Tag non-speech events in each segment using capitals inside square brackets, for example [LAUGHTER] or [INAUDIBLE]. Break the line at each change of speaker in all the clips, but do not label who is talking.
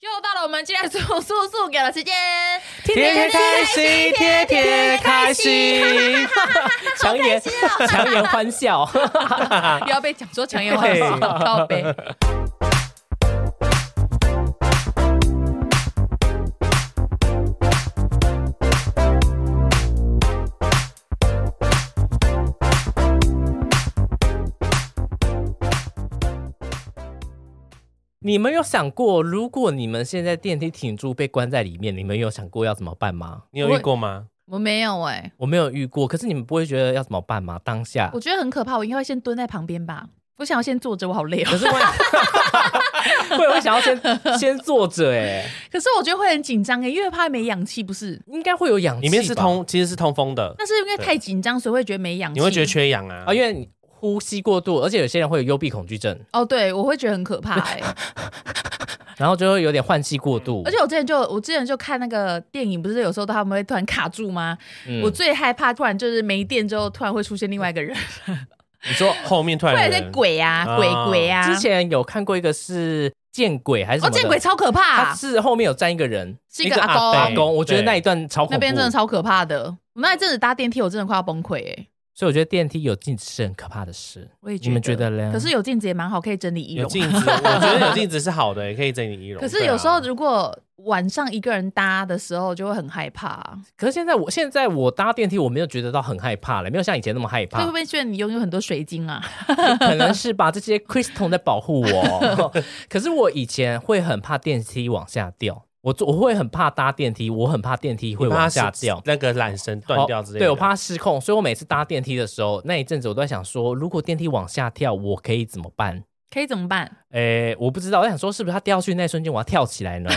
又到了我们既然说速速给的时间，
天天开心，天天开心，
[LAUGHS]
强颜强颜欢笑。
又要被讲说强颜欢笑，告别。
[LAUGHS] 你们有想过，如果你们现在电梯停住被关在里面，你们有想过要怎么办吗？
你有遇过吗？
我没有哎、
我没有遇过，可是你们不会觉得要怎么办吗？当下
我，觉得很可怕，我应该会先蹲在旁边吧。我想要先坐着，我好累哦
可。是我也，我也会想 [LAUGHS] 要先先坐着，哎，
可是我觉得会很紧张哎，因为怕没氧气，不是？
应该会有氧气吧，
里面是通，其实是通风的，
那是因为太紧张，所以会觉得没氧气。
你会觉得缺氧啊？
啊，因为你呼吸过度，而且有些人会有幽闭恐惧症，
哦，对，我会觉得很可怕哎、
然后就会有点换气过度
而，且我之前就我之前就看那个电影，不是有时候他们会突然卡住吗？
嗯
我最害怕突然就是没电之后，突然会出现另外一个人，
你说后面突
突
然
然
有
在
人
鬼啊、
啊
鬼鬼啊。
之前有看过一个是见鬼还是什
哦，
么的
见鬼超可
他
怕，
是后面有站一个人，
是一个
阿
阿公
阿公，我觉得
对
那一段超恐怖，
那边真的超可怕的。我那一阵子搭电梯，我真的快要崩溃哎、
所以我觉得电梯有镜子是很可怕的事，
我也觉得。
你们觉得嘞？
可是有镜子也蛮好，可以整理仪
有
容。
镜子，我觉得有镜子是好的，也可以整理仪容。
[LAUGHS] 可是
对啊
有时候如果晚上一个人搭的时候，就会很害怕。
可是现在我现在我搭电梯，我没有觉得到很害怕了，没有像以前那么害
会不 [LAUGHS]
怕，
会觉得你拥有很多水晶啊？ [LAUGHS]
可能是吧？这些 Crystal 在保护我。 [LAUGHS] 可是我以前会很怕电梯往下掉，我坐我会很怕搭电梯，我很怕电梯会
你怕它
往下
是
掉。哦
那个缆绳断掉之类的。
对我怕它失控，所以我每次搭电梯的时候，那一阵子我都在想说，如果电梯往下跳，我可以怎么办？
可以怎么
[LAUGHS]
办？
诶，我不知道，我想说是不是它掉下去那一瞬间我要跳
[LAUGHS]
起来呢？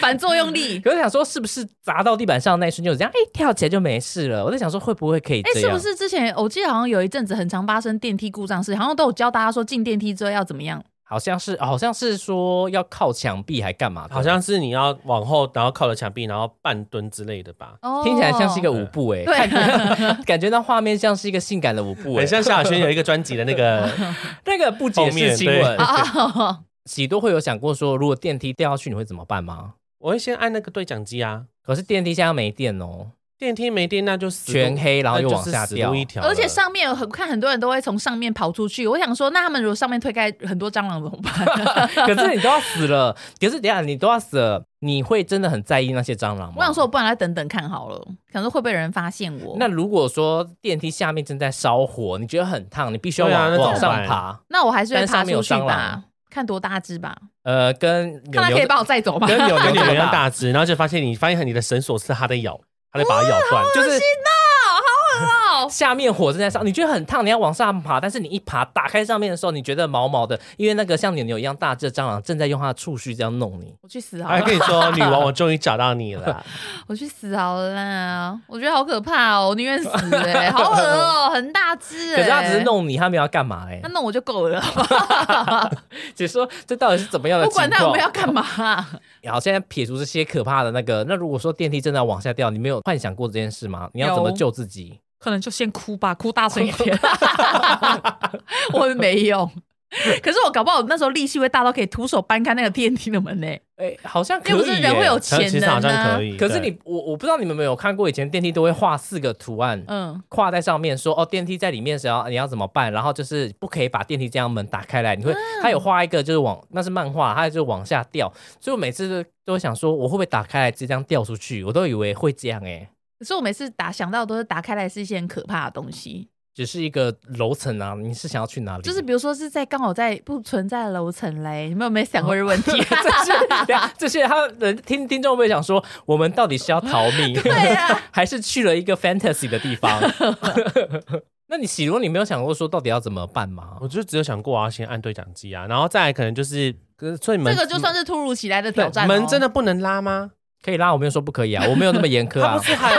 反作用力。
可是想说是不是砸到地板上那一瞬间我这样，哎、跳起来就没事了？我在想说会不会可以
哎、
这
是
样？
不是之前我记得好像有一阵子很常发生电梯故障事，好像都有教大家说进电梯之后要怎么样。
好像是好像是说要靠墙壁还干嘛的？
好像是你要往后，然后靠着墙壁，然后半蹲之类的吧。
哦
听起来像是一个舞步哎、
对， [LAUGHS]
感觉到画面像是一个性感的舞步哎、
[LAUGHS] 很像萧亚轩有一个专辑的那个，
那个不解
后
释
面
新
对
闻。
[LAUGHS] 啊，
喜多会有想过说，如果电梯掉下去你会怎么办吗？
我会先按那个对讲机啊。
可是电梯现在没电哦，
电梯没电，那就死路呃
全黑，然后又
那就
往
是
下
死
掉
路。一条了。
而且上面有很看很多人都会从上面跑出去，我想说，那他们如果上面推开很多蟑螂怎么办？
[LAUGHS] 可是你都要死了，可是等一下你都要死了，你会真的很在意那些蟑螂吗？
我想说，我不然来等等看好了，想说会不会有人发现我？
那如果说电梯下面正在烧火，你觉得很烫，你必须要
对啊
往、
那怎么
往上
办
爬，
那我还是会
但上
爬
面有
出去吧
蟑螂，啊
看多大只吧，
呃，跟
看
扭
他
牛
可以把我载走
[LAUGHS]
吧。
跟扭
[LAUGHS]
牛
跟你们
这
一
么
样
大，
大只，然后就发现你发现你的绳索是它在咬，它在把它咬断，就
就是是
哦，
下面火正在烧，你觉得很烫，你要往上爬，但是你一爬打开上面的时候，你觉得毛毛的，因为那个像扭牛一样大只的蟑螂正在用它的触须这样弄你。
我去
[LAUGHS]
死好
还
哎
了，
跟你说，女王，我终于找到你
[LAUGHS]
了。
我去死好了啦！我觉得好可怕哦，我宁愿死哎、好恶
[LAUGHS]
哦、很大只哎、
可是它只是，弄你，它没有要干嘛哎、
那弄我就够了，
只是说这到底是怎么样的
不
情况？
管他我们要干嘛、
好，现在撇除这些可怕的那个，那如果说电梯正在往下掉，你没有幻想过这件事吗？你要怎么
有
救自己？
可能就先哭吧，哭大声一点。 [LAUGHS] 我没有，可是我搞不好那时候力气会大到可以徒手搬开那个电梯的门呢、
哎、好像可以、
又
耶。
不是哦人会有
其实
潜能
好像
啊
可。以，
可是
对
你我我不知道你们有没有看过，以前电梯都会画四个图案。
嗯，
跨在上面说哦，电梯在里面的时候你要怎么办？然后就是不可以把电梯这样门打开来，你会
嗯
它有画一个就是往那是漫画，它就往下掉，所以我每次都都会想说我会不会打开来直接这样掉出去，我都以为会这样哎、
可是我每次打想到都是打开来是一些很可怕的东西，
只是一个楼层啊，你是想要去哪里？ [LAUGHS]
就是比如说是在刚好在不存在的楼层嘞，你们有没有想过这个问题？
这些等一下啊这些他的听听众会不会想说，我们到底是要逃命，
[LAUGHS] [LAUGHS] 对啊
[LAUGHS] 还是去了一个 fantasy 的地方？ [LAUGHS] 那你喜罗，你没有想过说到底要怎么办吗？
我就只有想过我要先按对讲机啊，然后再来可能就是，可是所以门
这个就算是突如其来的挑战、哦，
门真的不能拉吗？
[LAUGHS]
可以啦，我没有说不可以啊，我没有那么严苛
它
啊
不。是还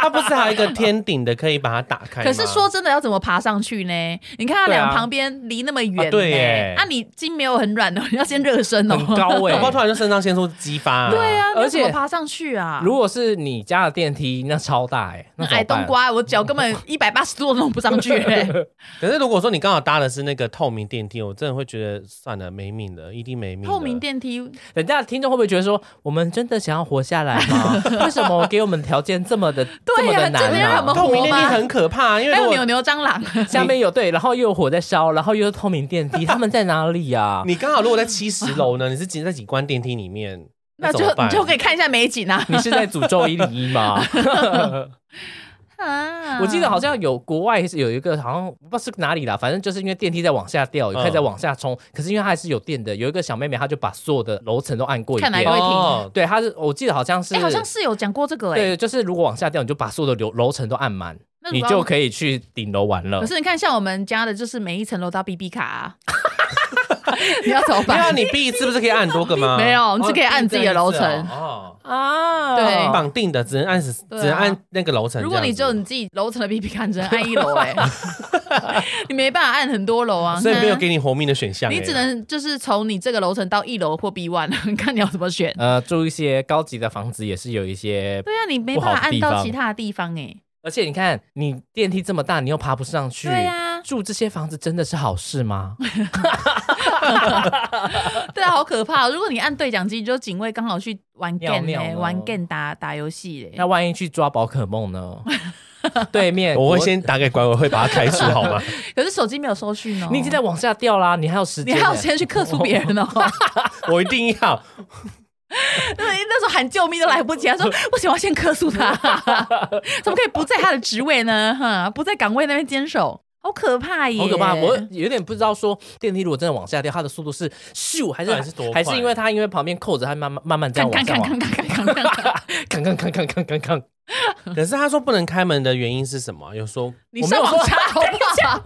它不是还有一个天顶的可以把它打开吗？
可是说真的，要怎么爬上去呢？你看它
对啊
两旁边离那么远、呢，
啊对耶
啊你筋没有很软的，你要先热身哦、
很高哎、
宝宝突然就肾上腺素激发、啊，
对啊，
而
而
且
且怎么爬上去啊？
如果是你家的电梯，那超大哎、
那
那怎么
矮冬
办。
瓜，我脚根
[LAUGHS]
本一百八十度都弄不上去、欸。
可是如果说你刚好搭的是那个透明电梯，我真的会觉得算了，没命的，一定没命的。
透明电梯，
[LAUGHS] 人家的听众会不会觉得说，我们真的想要活下来
[LAUGHS]
吗？为什么给我们条件这么的这么
对
的
呀真的要
难啊
让我
呢、
们
透明电梯很可怕，因为
还有
如果
扭扭蟑螂，
下面有对，然后又有火在烧，然后又是透明电梯，他们在哪里啊呀、
[LAUGHS]
你刚好如果在七十楼呢，你是挤在几关电梯里面，
[LAUGHS] 那
怎
就
么办
你就可以看一下美景啊。
你是在诅咒一零一吗？
啊嗯
我记得好像有国外是有一个，好像我不知道是哪里啦，反正就是因为电梯在往下掉，
嗯
也开始在往下冲，可是因为它还是有电的。有一个小妹妹，她就把所有的楼层都按过一
看哪
遍
个。会停
哦
对，她是我记得好像是，
哎、好像是有讲过这个哎、
对，就是如果往下掉，你就把所有的楼楼层都按满，
那
你
如果
就可以去顶楼玩了
可。是你看，像我们家的，就是每一层楼都要 B B 卡、
[LAUGHS]
啊，你要怎么
没有
办？
啊你啊哦 B 是不是可以按很多个吗？
[LAUGHS] 没有你只可以按自己的楼层
哦，
啊
对
绑定的只能按十，只
对啊
能按那个楼层这样子。
如果你只有你自己楼层的 B B 卡，你只
[LAUGHS]
能按一楼哎、你没办法按很多楼啊，
所以没有给你活命的选项，
你只能就是从你这个楼层到一楼或 B one，看 [LAUGHS] 你要怎么选。
呃，住一些高级的房子也是有一些，
对啊，你没
不好
办
的
法按
地
到
方
其他的地方哎、
而且你看，你电梯这么大，你又爬不上去。
对啊呀
住这些房子真的是好事
[LAUGHS]
吗？
对啊，好可怕哦、如果你按对讲机，就警卫刚好去
[LAUGHS]
玩 g
尿
a
尿了
玩 g a 打打游戏欸嘞
那。万一去抓宝可梦
[LAUGHS]
呢？对面
我会先打给管委会把它开除好
[LAUGHS]
吗？
可是手机没有收讯哦，
你已经在往下掉啦，你还有时
你
间欸，
还有时间去克诉别人哦。
我一定要。
对， [LAUGHS] 那时候喊救命都来不及，他
[LAUGHS]
说不行，我要先克诉他，怎么可以不在他的职位呢？哈，不在岗位那边坚守，好可怕耶！
[LAUGHS] 好可怕！我有点不知道说电梯如果真的往下掉，它的速度是咻还是
到底是多
还
快
是因为它因为旁边扣着，它慢慢慢慢这样
看
往
看
下
看
往。
看看看看看，
[LAUGHS] 看看看看看看看，
可是他说不能开门的原因是什么？有说
你
我没
上
有
网查好不
[LAUGHS]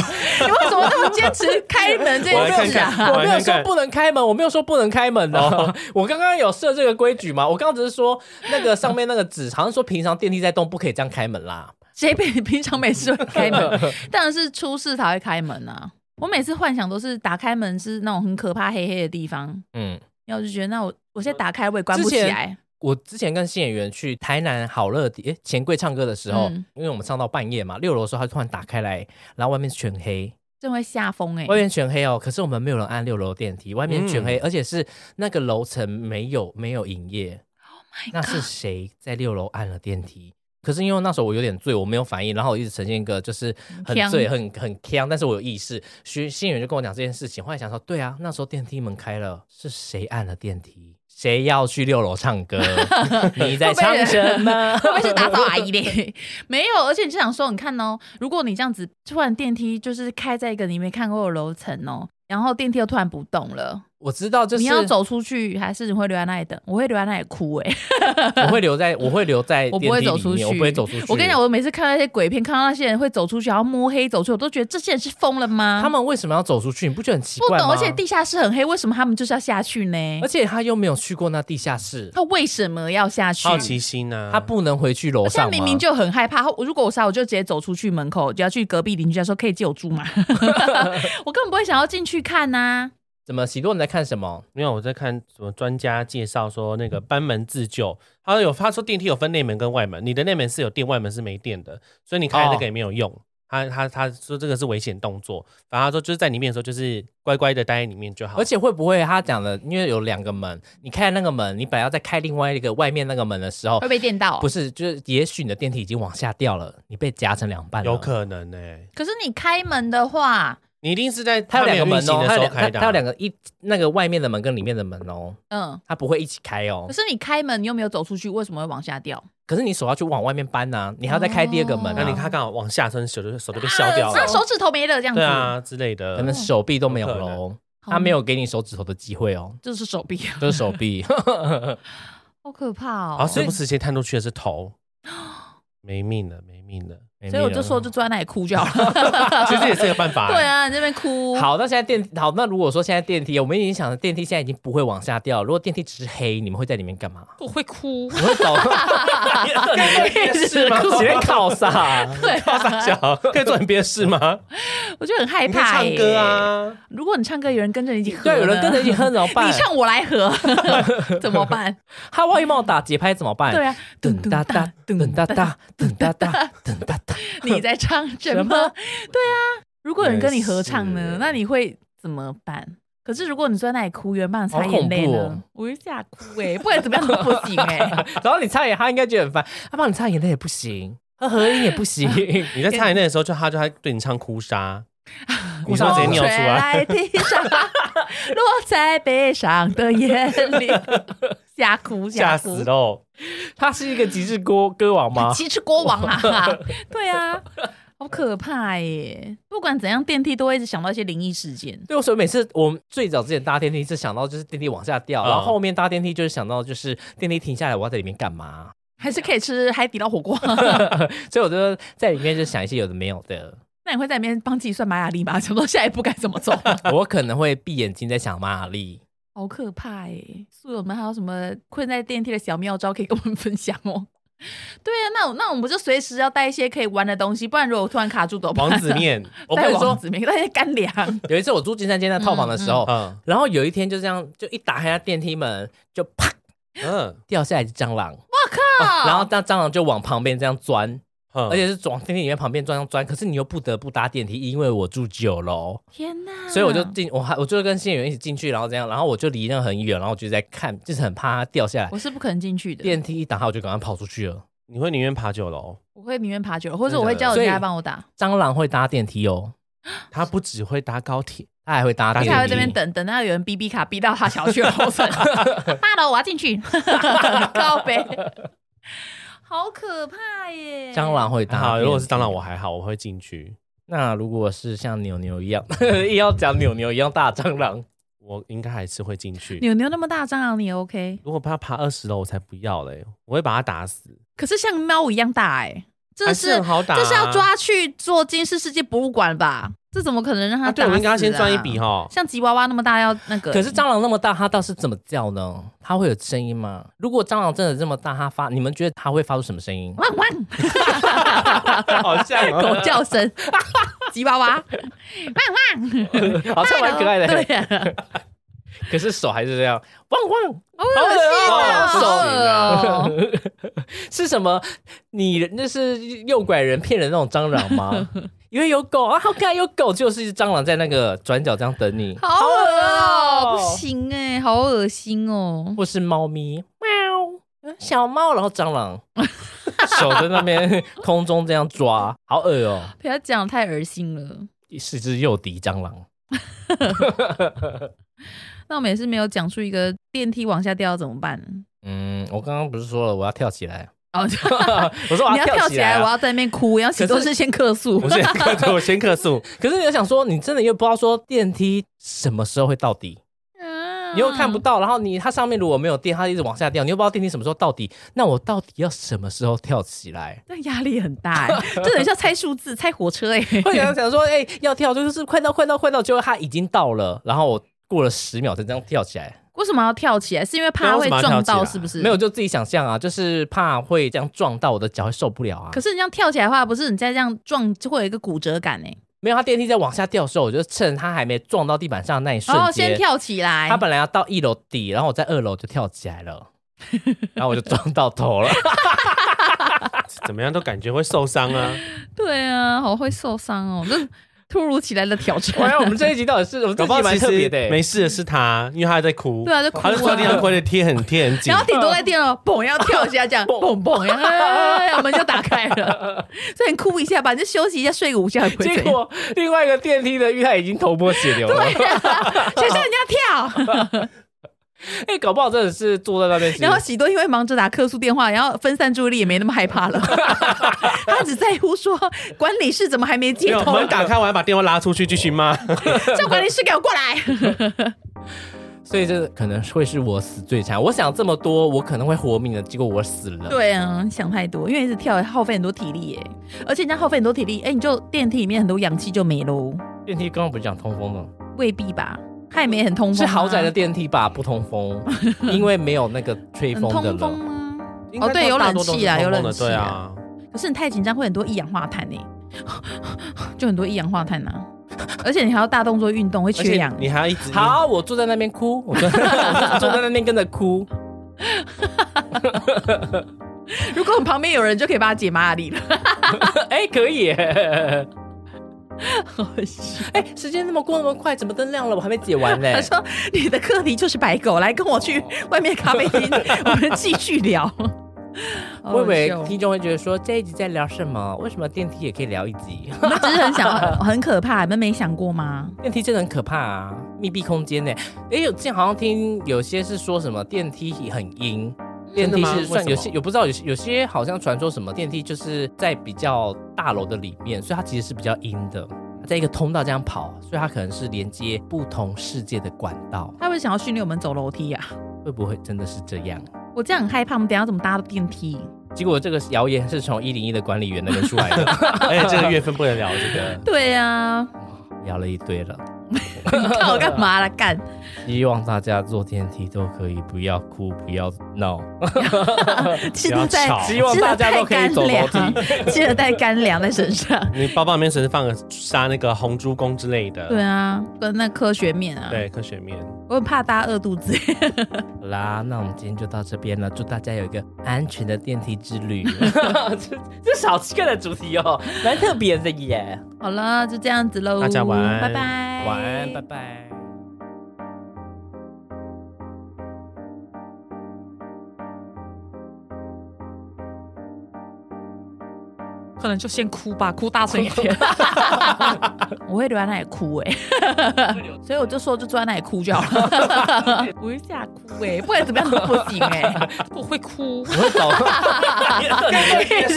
好？你为什么那么坚持开门这
我来
件
看
事啊？
看，
我
来
没有
看
说
看。
不能开门，我没有说不能开门啊
哦。
[LAUGHS] 我刚刚有设这个规矩嘛？我刚刚只是说那个上面那个纸，好像说平常电梯在动，不可以这样开门啦。
谁平平常没事会开
[LAUGHS]
门？当然是出事才会开门啊！我每次幻想都是打开门是那种很可怕黑黑的地方，
嗯，
然后我就觉得那我我现在打开我也关不
之
起
前
来，
我之前跟新演员去台南好乐迪诶钱柜唱歌的时候，
嗯
因为我们唱到半夜嘛，六楼的时候它突然打开来，然后外面是全黑，
真会吓疯哎！
外面全黑哦，可是我们没有人按六楼电梯，外面全黑，
嗯
而且是那个楼层没有没有营业。
Oh my
那是谁在六楼按了电梯？可是因为那时候我有点醉，我没有反应，然后我一直呈现一个就是很
呛
醉、很很呛，但是我有意识。徐新远就跟我讲这件事情，后来想说，对啊，那时候电梯门开了，是谁按了电梯？谁要去六楼
[LAUGHS]
唱歌？你在唱什么？
会不会是打扫阿姨嘞？ [LAUGHS] 没有，而且你就想说，你看哦，如果你这样子突然电梯就是开在一个你没看过的楼层哦，然后电梯又突然不动了，
我知道，就是
你要走出去还是你会留在那里等？我会留在那里哭哎、
我会留在，我会留在
[LAUGHS] 我
电
不会
梯里面，
走出去，
我不会走出去。
我跟你讲，我每次看到那些鬼片，看到那些人会走出去，然后摸黑走出去，我都觉得这些人是疯了吗？
他们为什么要走出去？你不觉得很
啊
奇
不
怪吗？
懂，而且地下室很黑，为什么他们就是要下去呢
而？且他又没有去过那地下室，
嗯
他为什么要下去？
好奇心呐、啊，
他不能回去楼
而且他
上吗
明明就很害怕，我如果我杀，我就直接走出去门口，就要去隔壁邻居家说可以借我住
[LAUGHS]
吗？我根本不会想要进去看啊呐、
怎么？喜多你在看什么？
没有，我在看什么专家介绍说那个班门自救，他说有他说电梯有分内门跟外门，你的内门是有电，外门是没电的，所以你开那
哦
个也没有用。他他他说这个是危险动作，反正他说就是在里面的时候就是乖乖的待在里面就好。
而且会不会他讲的，因为有两个门，你开那个门，你本来要再开另外一个外面那个门的时候
会，被电到、
不是，就是也许你的电梯已经往下掉了，你被夹成两半了，
有可能呢、
可是你开门的话，
你一定是在
欸它有
没
两个
运
门
行
哦，
的
它
时
有
候
两它
开的啊、
它有两个一那个外面的门跟里面的门哦，
嗯，
它不会一起开哦
可。是你开门你又没有走出去，为什么会往下掉？
可是你手要去往外面搬呐、你还要再开第二个门
那
啊，
你看他刚好往下伸，手就手就被削掉了，
啊手指头没了这样子，
对啊之类的
可。能手臂都没有
有可
了
能
哦，
好
他没有给你手指头的机会哦，
就是手臂，
就是手臂。
好可怕
然
哦！ [GASPS]
后时不时间探出去的是头，没命了，没命了。没
所以我
力
就
[LAUGHS]
了
说，就坐在那里哭就好了。
其实也是个办法。欸
对，啊，你这边哭，
好，那现在电好，那如果说现在电梯，我们已经想着电梯现在已经不会往下掉，如果电梯只是黑，你们会在里面干嘛？
我会
[LAUGHS]
哭，
我会走，
一直哭，
[LAUGHS] 直接靠啥？
对
[LAUGHS]
啊，
小可以做点别的事吗？
我就很害
你可以
怕。
唱歌！啊，
如果你唱歌，有人跟着你一起喝，
对，有人跟着一起，哼怎么
[LAUGHS]
办
你？唱我来喝， [LAUGHS] 怎么办？
他万一帮我打节拍怎么办？
对啊，
噔
噔
哒
哒哒，
哒噔
噔
哒
哒
哒
哒，
噔哒哒，噔哒哒。
你在唱什
什
么？
么
对啊，如果有人跟你合唱
也是
呢，那你会怎么办？可是如果你坐在那里哭，原本擦
好
眼泪
恐怖
呢，
哦
我会吓哭哎、不管怎么样都不行哎、
[LAUGHS] 然后你擦眼，他应该觉得很烦，他帮你擦眼泪也不行，他合音也不行。
你在唱那的时候，就他就他对你唱哭砂，你
知道
说直接
风
尿
吹
出来，
来地上，落在悲伤的眼里，吓哭
吓
哭 [LAUGHS]
死喽！
他是一个极致歌歌王吗？
其实国王啊， [LAUGHS] 对啊，好可怕耶！不管怎样，电梯都会一直想到一些灵异事件。
对，所以每次我们最早之前搭电梯是想到就是电梯往下掉，
嗯
然后后面搭电梯就是想到就是电梯停下来，我要在里面干嘛？
还是可以 [LAUGHS] 吃海底捞火锅，
所以我就在里面就想一些有的没有的，
那你会在里面帮自己算玛雅历吗？想说下一步该怎么走？
我可能会闭眼睛在想玛丽。
[LAUGHS] 好可怕哎、宿友们还有什么困在电梯的小妙招可以跟我们分享 [LAUGHS] 哦？对啊，那我那我们就随时要带一些可以玩的东西，不然如果我突然卡住怎么办？
王子面，
我跟你
带
说
王子面带一些干粮，
有一次我住金山街那套房的时候，
嗯
然后有一天就这样就一打开那电梯门，就啪
嗯
掉下来一只蟑螂，哦
靠
然后那蟑螂就往旁边这样钻，
嗯，
而且是往电梯里面旁边钻钻，可是你又不得不搭电梯，因为我住九楼。
天哪！
所以我就进，我还我就跟新演员一起进去，然后这样，然后我就离那个很远，然后我就在看，就是很怕它掉下来。
我是不可能进去的，
电梯一打开，我就赶快跑出去了。
你会宁愿爬九楼？
我会宁愿爬九楼，或者我
真的
会叫人
所
家
以
帮我打，
蟑螂会搭电梯哦，
他不只会搭高铁，
它还会搭
而
电
且
梯。
还会这边等等到有人逼逼卡逼到他小区楼层，大楼我要进去，告白，好可怕耶！
蟑螂会搭电梯。
好，如果是蟑螂我还好，我会进去。
那如果是像牛牛一样， [LAUGHS] 也要讲牛牛一样大蟑螂，
我应该还是会进去。
扭扭那么大蟑螂你也 OK，
如果怕爬二十楼，我才不要嘞，我会把它打死。
可是像猫一样大哎，这
还
是
很好打、啊
这是要。抓去做金氏世界博物馆吧？这怎么可能让它
啊，
打
对，我们应该要先赚一笔
哈。 [LAUGHS]
哈。
像吉娃娃那么大要那个，
可是蟑螂那么大，它倒是怎么叫呢？它会有声音吗？如果蟑螂真的这么大，它发，你们觉得它会发出什么声音？ [LAUGHS]
汪汪
好 [LAUGHS] 像
狗叫
[LAUGHS]
声，吉娃娃
好像蛮可爱的，
对啊。
可是手还是这样汪汪。
好恶心啊！
好恶心啊
啊
好恶哦
[LAUGHS] 是什么？你那是诱拐人骗人那种蟑螂吗？因为有狗啊，好可爱，有狗，就是一只蟑螂在那个转角这样等你，
好恶
好恶
哦，
哦
不行哎，好恶心哦！
或是猫咪喵，小猫，然后蟑螂手在那边空中这样抓，好恶哦、
不要讲太恶心了。
是只诱敌蟑螂。
那我们也是没有讲出一个电梯往下掉怎么办？
嗯，我刚刚不是说了我要跳起 [LAUGHS] 来，
哦，
我说我
你要
跳
跳起来，我
啊。
要在那边哭，要
可
起
是
都是先客诉 [LAUGHS]
我。先客诉，我先客诉。 [LAUGHS]
可是你又想说，你真的又不知道说电梯什么时候会到底。
嗯？
你又看不到，然后你它上面如果没有电，它一直往下掉，你又不知道电梯什么时候到底，那我到底要什么时候跳起来
[LAUGHS] 那压力很大
[LAUGHS]
哎，这等于像猜数字、猜火车哎。
会想想说，哎、要跳就是快到快到快到，结果它已经到了，然后我过了十秒才这样跳起来，
为什么要跳起来？是因为
啊
怕会撞到，是不是？
没有。就自己想象啊，就是怕会这样撞到我的脚会受不了啊。
可是你这样跳起来的话，不是你再这样撞，就会有一个骨折感哎。
没有，它电梯在往下掉的时候，我就趁它还没撞到地板上的那一瞬
然后
间，
哦先跳哎起来
它。本来要到一楼底，然后我在二楼就跳起
[LAUGHS]
来了，然后我就撞到头了。
怎么样都感觉会受伤啊！
对啊，好会受伤哦，这突如其来的挑
哇，
战。
我们这一集到底是我们这
搞
一集
不好
蛮
其
特别
实
的、欸，
没事的是他，因为他还在
[LAUGHS]
哭。
对啊，就哭
[LAUGHS] 他就坐在地上
啊。
哭，的贴很贴很紧
然。后顶多在电脑
嗯
嘣要跳一下，
[LAUGHS]
这样嘣嘣，然后门就打开了。所以你哭一下吧，你就休息一下，睡个午觉也不会
结
怎样。
果另外一个电梯的玉泰已经头破血流了，
对 [LAUGHS] 啊，谁叫人家跳？
哎、搞不好真的是坐在那边是。
然后喜多因为忙着打客诉电话，然后分散注意力，也没那么害怕
[LAUGHS]
了。他只在乎说管理室怎么还没
没
接
有
通，
[LAUGHS] 门打开，我还把电话拉出去继续骂。
叫管理室给我过来。
所以这可能会是我死最惨。我想这么多，我可能会活命的，结果我死了。
对啊，想太多，因为一直跳耗费很多体力耶，而且人家耗费很多体力，哎、你就电梯里面很多氧气就没喽，
电梯刚刚不是讲通风吗？
未必吧？它也没很通风、
是
啊，
豪宅的电梯吧？不通风，因为没有那个吹
很
风的
通风
了。
吗？
应该
哦对
都
有
大
冷
多都
气
是
啊
通
有
风
冷
的对
气
啊，
可是你太紧张会很多一氧化碳呢、 [LAUGHS] 就很多一氧化碳呐、而且你还要大动作运动会
而
缺
且
氧。
你还要一直 [LAUGHS]
好，我坐在那边哭，我坐 [LAUGHS] 我坐在那边跟着哭。
如果我们旁边有人，就可以帮他解马
[LAUGHS]
里了。
哎、可以耶。 [LAUGHS]
好笑
哎、时间那么过那么快，怎么灯亮了？我还没解完嘞
他。说：“你的课题就是白狗，来跟我去外面咖啡
[LAUGHS]
厅，我们继续聊。好好笑”
我以为听众会觉得说这一集在聊什么？为什么电梯也可以聊一集？
我们只是很想
[LAUGHS]
要，很可怕，你们没想过吗？
电梯真的很可怕啊，密闭空间呢。哎，我之前好像听有些是说什么电梯很阴，电梯
嗯真的吗
是算
为什么
有些有不知道有些有些好像传说什么电梯就是在比较大楼的里面，所以它其实是比较阴的，它在一个通道这样跑，所以它可能是连接不同世界的管道，
他会想要训练我们走楼梯啊呀、
会不会真的是这
[LAUGHS]
样？
我这样很害怕，我们等一下怎么搭电梯？
结果这个谣言是从一零一的管理员那边出来的， [LAUGHS]
而哎且这个月份不能聊这个。
对呀、
聊了一堆了。
你看我干嘛啦？干，
希望大家坐电梯都可以不要哭，不要闹。
[LAUGHS] 现在
吵
希望大家都可以走楼梯。
记得带干粮 [LAUGHS] 在身上。
[LAUGHS] 你包包里面随时放个杀那个红猪公之类的，
对啊，跟那科学面啊，
对，科学面。
我很怕大家饿肚子。 [LAUGHS]
好啦，那我们今天就到这边了，祝大家有一个安全的电梯之旅。 [LAUGHS] 这这少奇怪的主题哦，蛮特别的耶。
好了，就这样子喽，
大家晚安
拜拜，
晚安，拜。拜。
可能就先哭吧，哭大声一点。 [LAUGHS] 我会留在那里哭哎、 [LAUGHS] 所以我就说就坐在那里哭就好了。 [LAUGHS] 我会吓哭哎、不管怎么样都不行哎、 [LAUGHS] 我会哭。
我会 [LAUGHS] 走，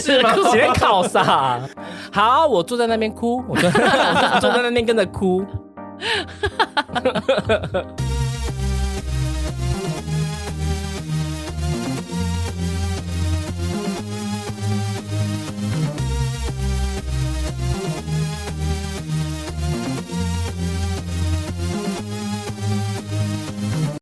是吗？ [LAUGHS] 直接靠啥？好，我坐在 [LAUGHS] 那边哭，我坐我坐在那边跟着哭。